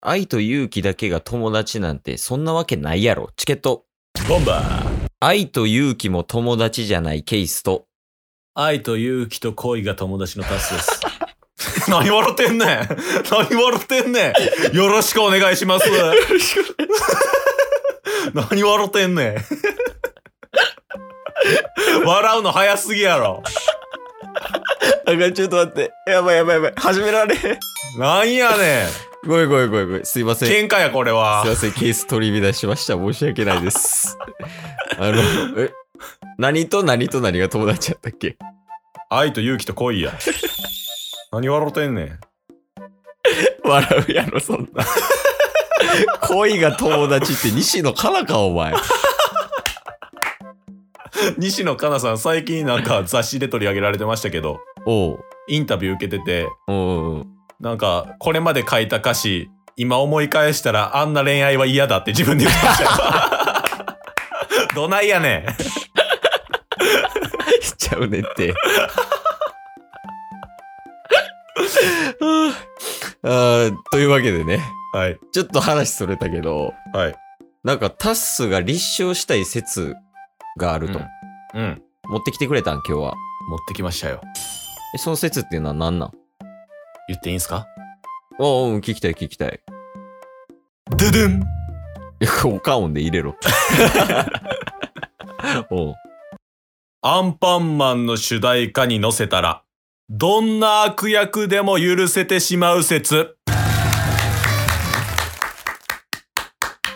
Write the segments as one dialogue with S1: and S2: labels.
S1: 愛と勇気だけが友達なんてそんなわけないやろ。チケット。
S2: ボンバー
S1: 愛と勇気も友達じゃないケースと。
S2: 愛と勇気と恋が友達のタスです。 何笑ってんねん何笑ってんねんよろしくお願いします。何笑ってんねん笑うの早すぎやろ。
S1: あかん、ちょっと待って。やばいやばいやばい。始められへん。
S2: なんやねん
S1: ごめんごめんごめんごめん。すいません。すい
S2: 喧嘩やこれは。
S1: ません。ケース取り乱しました。申し訳ない です。あの、え、何と何と何が友達やったっけ
S2: 愛と勇気と恋や。何笑ってんねん
S1: 笑うやろ、そんな。恋が友達って西野カナか、お前。
S2: 西野カナさん最近なんか雑誌で取り上げられてましたけど、
S1: おう。
S2: インタビュー受けてて、
S1: おう。
S2: なんか、これまで書いた歌詞、今思い返したらあんな恋愛は嫌だって自分で言ってま したよ。どないやねん。
S1: しちゃうね って。あーというわけでね、
S2: はい。
S1: ちょっと話それたけど、
S2: はい。
S1: なんかタッスが立証したい説があると。
S2: うん。
S1: 持ってきてくれたん、今日は。
S2: 持ってきましたよ。
S1: え、その説っていうのは何なんあ
S2: 言っていいんすか
S1: あ、うん、聞きたい聞きたい。
S2: ドゥドゥン
S1: いや、おかん音で入れ ろ。おう
S2: アンパンマンの主題歌に載せたら、どんな悪役でも許せてしまう説。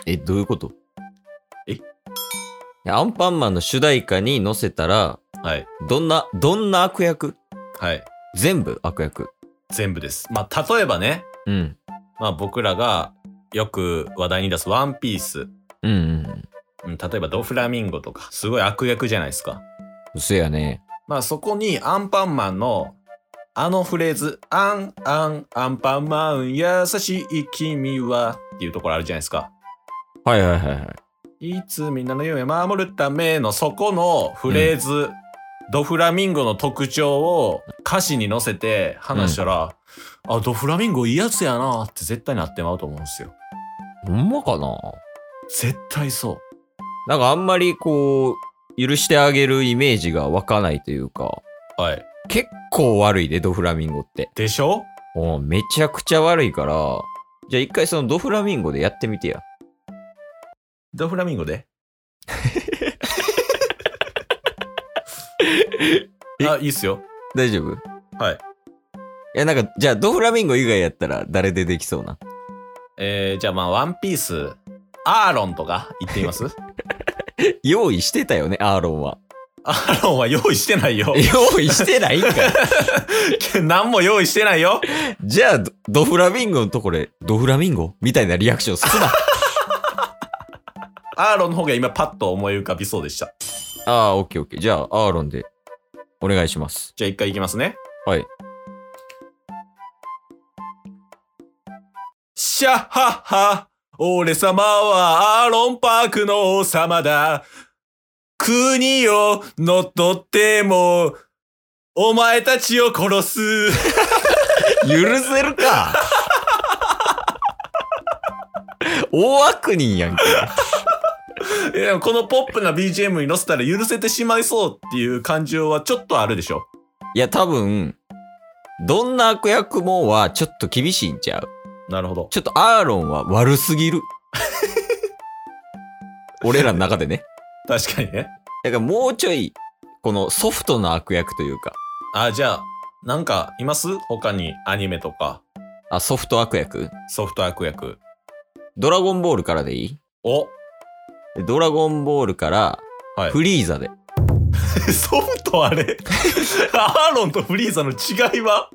S1: え、どういうこと
S2: え
S1: いやアンパンマンの主題歌に載せたら、
S2: はい。
S1: どんな、どんな悪役
S2: はい。
S1: 全部悪役。
S2: 全部です。まあ、例えばね、
S1: うん。
S2: まあ僕らがよく話題に出すワンピース。
S1: うんうん
S2: うん例えばドフラミンゴとか、すごい悪役じゃないですか。
S1: うん。そやね。
S2: まあそこにアンパンマンのあのフレーズ、アンアンアンパンマン優しい君はっていうところあるじゃないですか。
S1: はいはいはいはい。
S2: いつみんなの夢守るためのそこのフレーズ、ドフラミンゴの特徴を歌詞に載せて話したら、あ、ドフラミンゴいいやつやなって絶対なってまうと思うんですよ。
S1: ほんまかな
S2: 絶対そう。
S1: なんかあんまりこう、許してあげるイメージが湧かないというか、
S2: はい。
S1: 結構悪いで、ドフラミンゴって。
S2: でしょ
S1: おめちゃくちゃ悪いから、じゃあ一回そのドフラミンゴでやってみてや。
S2: ドフラミンゴであ、いいっすよ。
S1: 大丈夫
S2: はい。
S1: いやなんか、じゃあドフラミンゴ以外やったら誰でできそうな。
S2: えー、じゃあまあ、ワンピース、アーロンとか言ってみます
S1: 用意してたよね、アーロンは。
S2: アーロンは用意してないよ。
S1: 用意してないんかい。
S2: 何も用意してないよ。
S1: じゃあド、ドフラミンゴのとこで、ドフラミンゴみたいなリアクションするな。
S2: アーロンの方が今パッと思い浮かびそうでした。
S1: ああ、オッケーオッケー。じゃあ、アーロンで、お願いします。
S2: じゃあ一回いきますね。
S1: はい。
S2: シャッハッハ俺様はアーロンパークの王様だ国を乗っ取ってもお前たちを殺す
S1: 許せるか大悪人やんけ。
S2: いやこのポップな BGM に乗せたら許せてしまいそうっていう感情はちょっとあるでしょ
S1: いや、多分、どんな悪役もはちょっと厳しいんちゃう
S2: なるほど
S1: ちょっとアーロンは悪すぎ る。俺らの中でね。
S2: 確かにね
S1: だからもうちょい、このソフトな悪役というか、
S2: あじゃあなんかいます他にアニメとか
S1: あ、ソフト悪役
S2: ソフト悪役
S1: ドラゴンボールからでいい
S2: お
S1: ドラゴンボールから、
S2: はい
S1: フリーザで。
S2: ソフトあれアーロンとフリーザの違いは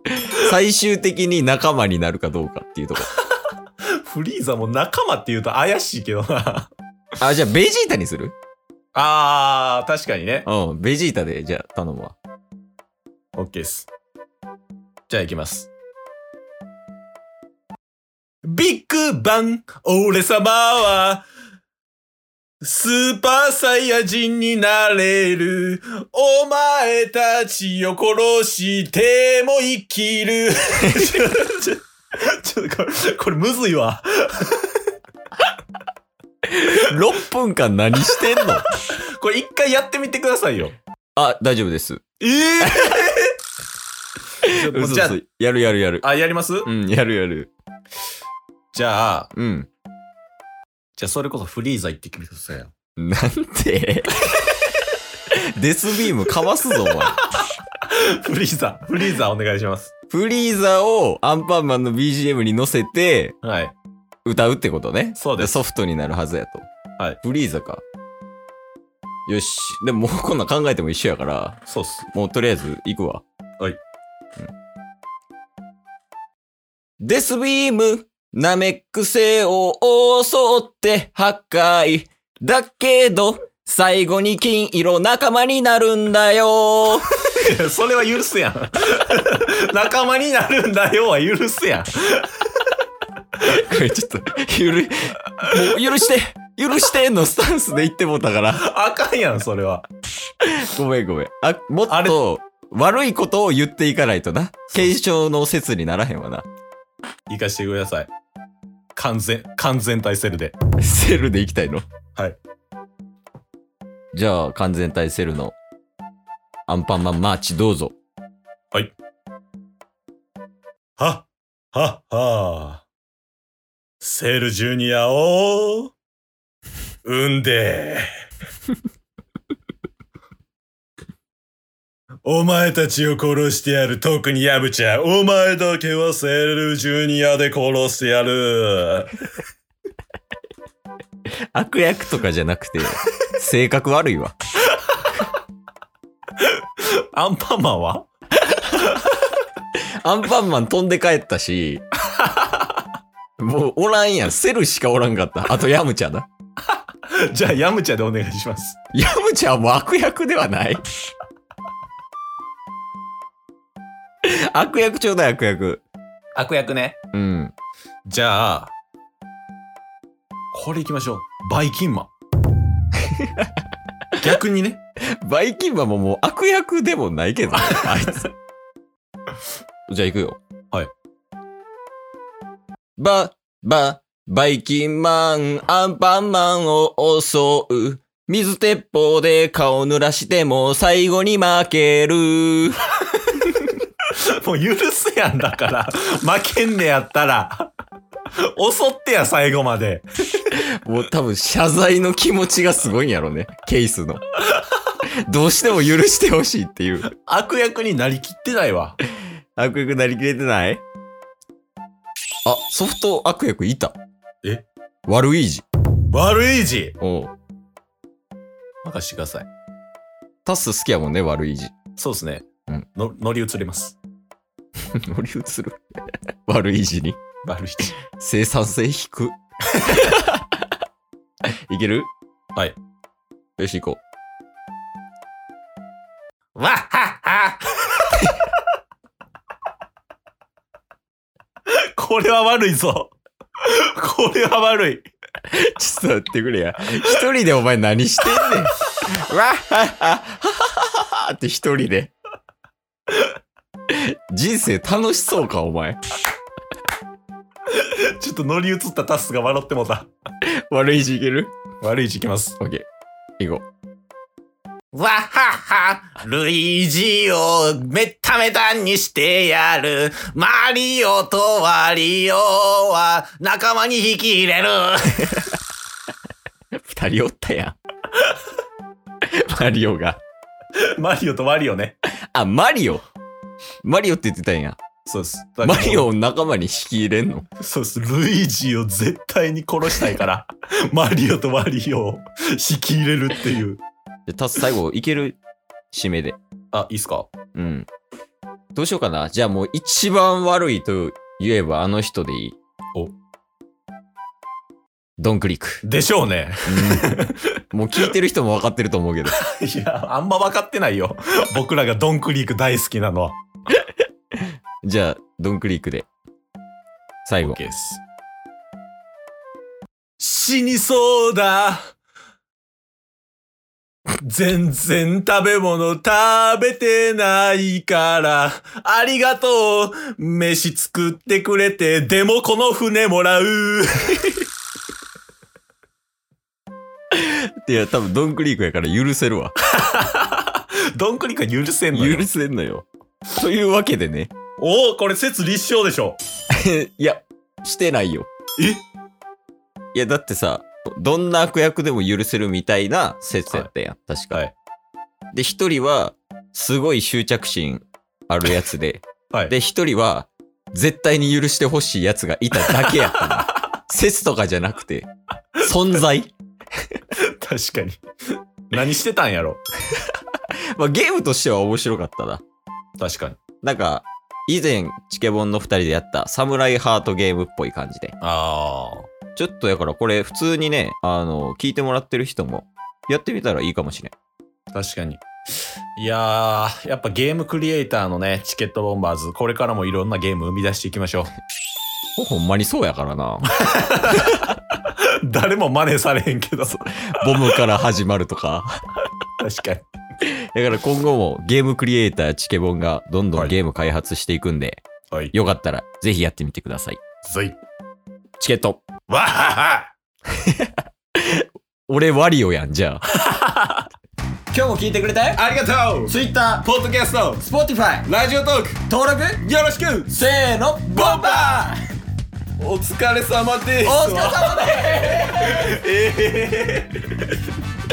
S1: 最終的に仲間になるかどうかっていうとこ
S2: フリーザも仲間って言うと怪しいけどな。
S1: あ、じゃあベジータにする
S2: あー、確かにね。
S1: うん、ベジータで、じゃあ頼むわ。
S2: オッケーっす。じゃあ行きます。ビッグバン俺様は、スーパーサイヤ人になれる。お前たちを殺しても生きる。ちょっとこれ、これむずいわ。
S1: 6分間何してんの
S2: これ一回やってみてくださいよ。
S1: あ、大丈夫です。
S2: ええ
S1: う
S2: じゃ
S1: やるやるやる。
S2: あ、あ、やります、
S1: うん、やるやる。
S2: じゃあ、
S1: うん。
S2: じゃあそれこそフリーザ行ってきてくださいよ。
S1: なんて デスビームかますぞ、お前。
S2: フリーザ、フリーザお願いします。
S1: フリーザをアンパンマンの BGM に乗せて
S2: はい。
S1: 歌うってことね。
S2: そうです
S1: ソフトになるはずやと。
S2: はい。
S1: フリーザか。よし。でももうこんなん考えても一緒やから、
S2: そうっす。
S1: もうとりあえず行くわ。
S2: はい
S1: うん。デスビーム、ナメック星を襲って破壊。だけど、最後に金色仲間になるんだよ。
S2: それは許すや ん。仲間になるんだよは許すやん。
S1: これ ちょっと、ゆる、もう許して、許してのスタンスで言ってもうたから。
S2: あかんやん、それは。
S1: ごめんごめん。あ、もっ
S2: あれ
S1: と、悪いことを言っていかないとな。継承の説にならへんわな。
S2: 行かしてください。完全、完全体セルで。
S1: セルでいきたいの。
S2: はい。
S1: じゃあ、完全体セルの、アンパンマンマーチどうぞ。
S2: はっはっは。セルジュニアを、産んで。 お前たちを殺してやる、特にヤブちゃん。お前だけはセルジュニアで殺してやる。
S1: 悪役とかじゃなく て、性格悪いわ。
S2: アンパンマンは
S1: アンパンマン飛んで帰ったし、もうおらんやん。セルしかおらんかった。あとヤムチャな。
S2: じゃあ、ヤムチャでお願いします。
S1: ヤムちゃんも悪役ではない悪役ちょうだい悪役。
S2: 悪役ね。
S1: うん。
S2: じゃあ、これ行きましょう。バイキンマ ン。逆に ね。
S1: バイキンマンももう悪役でもないけどね、あいつ。じゃあ行くよ。
S2: はい。
S1: ば、ば、バイキンマン、アンパンマンを襲う。水鉄砲で顔濡らしても最後に負ける。
S2: もう許すやんだから。負けんねやったら。襲ってや、最後まで。
S1: もう多分謝罪の気持ちがすごいんやろ ね。ケースの。どうしても許してほしいっていう。
S2: 悪役になりきってないわ。
S1: 悪役なりきれてないあ、ソフト悪役いた。
S2: え
S1: 悪い字。
S2: 悪い字。
S1: おう
S2: 任してください。
S1: タス好きやもんね、悪い字。
S2: そうですね。
S1: うん
S2: の乗り移ります。
S1: 乗り移る。 悪い字に。
S2: 悪い字。
S1: 生産性低く。 いける
S2: はい。
S1: よし、行こ
S2: わっはっはこれは悪いぞ。これは悪い。
S1: う。 ちょっと待ってくれや。一人でお前何してん ねん。わっはっは、ははははって一人で。人生楽しそうか、お前。
S2: ちょっと乗り移ったタスが笑ってもうた。
S1: 悪い字いける
S2: 悪い字いきます。
S1: オッケー。行こ
S2: わはは、ルイージをめっためたにしてやる。マリオとワリオは仲間に引き入れる。
S1: う。二人おったやん。マリオが。
S2: マリオとワリオね。
S1: あ、マリオマリオって言ってたんや。
S2: そうです。
S1: マリオを仲間に引き入れんの
S2: そうです。ルイージを絶対に殺したい から、マリオとワリオを引き入れるっていう。
S1: で、たつ最後、いける締めで。
S2: あ、いいっすか
S1: うん。どうしようかな。じゃあもう一番悪いと言えばあの人でいい。
S2: お。
S1: ドンクリック。
S2: でしょうね。
S1: うん、もう聞いてる人も分かってると思うけ ど。
S2: いや、あんま分かってないよ。僕らがドンクリーク大好きなのは。
S1: じゃあ、ドンクリックで。最後。
S2: です。死にそうだ。全然食べ物食べてないから、ありがとう。飯作ってくれて、でもこの船もらう。
S1: いや、多分ドンクリークやから許せるわ。
S2: どんくりか許せんのよ
S1: 許。せんのよ。というわけでね。
S2: おお、これ説立証でしょ。
S1: いや、してないよ。
S2: え
S1: いや、だってさ、どんな悪役でも許せるみたいな説やったやん、確か。
S2: はい
S1: で、一人は、すごい執着心あるやつで、
S2: はい。
S1: で、一人は、絶対に許してほしいやつがいただけやったの。説とかじゃなくて、存在。
S2: 確かに。何してたんやろ。
S1: まあ、ゲームとしては面白かったな。
S2: 確かに。
S1: なんか、以前、チケボンの二人でやった、サムライハートゲームっぽい感じで。
S2: あ
S1: ちょっとだからこれ普通にね、あの、聞いてもらってる人も、やってみたらいいかもしれん。
S2: あ、確かに。いやー、やっぱゲームクリエイターのね、チケットボンバーズ、これからもいろんなゲーム生み出していきましょ
S1: ほんまにそうやから な。
S2: う。 誰も真似されへんけど。確
S1: ボムから始まるとか。
S2: かに。
S1: だから今後もゲームクリエイターチケボンがどんど
S2: は
S1: ん
S2: い
S1: ゲーム開発していくんで、
S2: はい。
S1: よかったらぜひやってみてください。
S2: ずい。
S1: チケット。
S2: わはは
S1: 俺ワリオやん、じゃあ。今日も聞いてくれたよ
S2: ありがとう
S1: Twitter、
S2: ポッドキャスト
S1: Spotify、
S2: ラジオトーク
S1: 登録、
S2: よろしく
S1: せーの、ボンバー
S2: お疲れ様です
S1: お疲れ様です
S2: ええ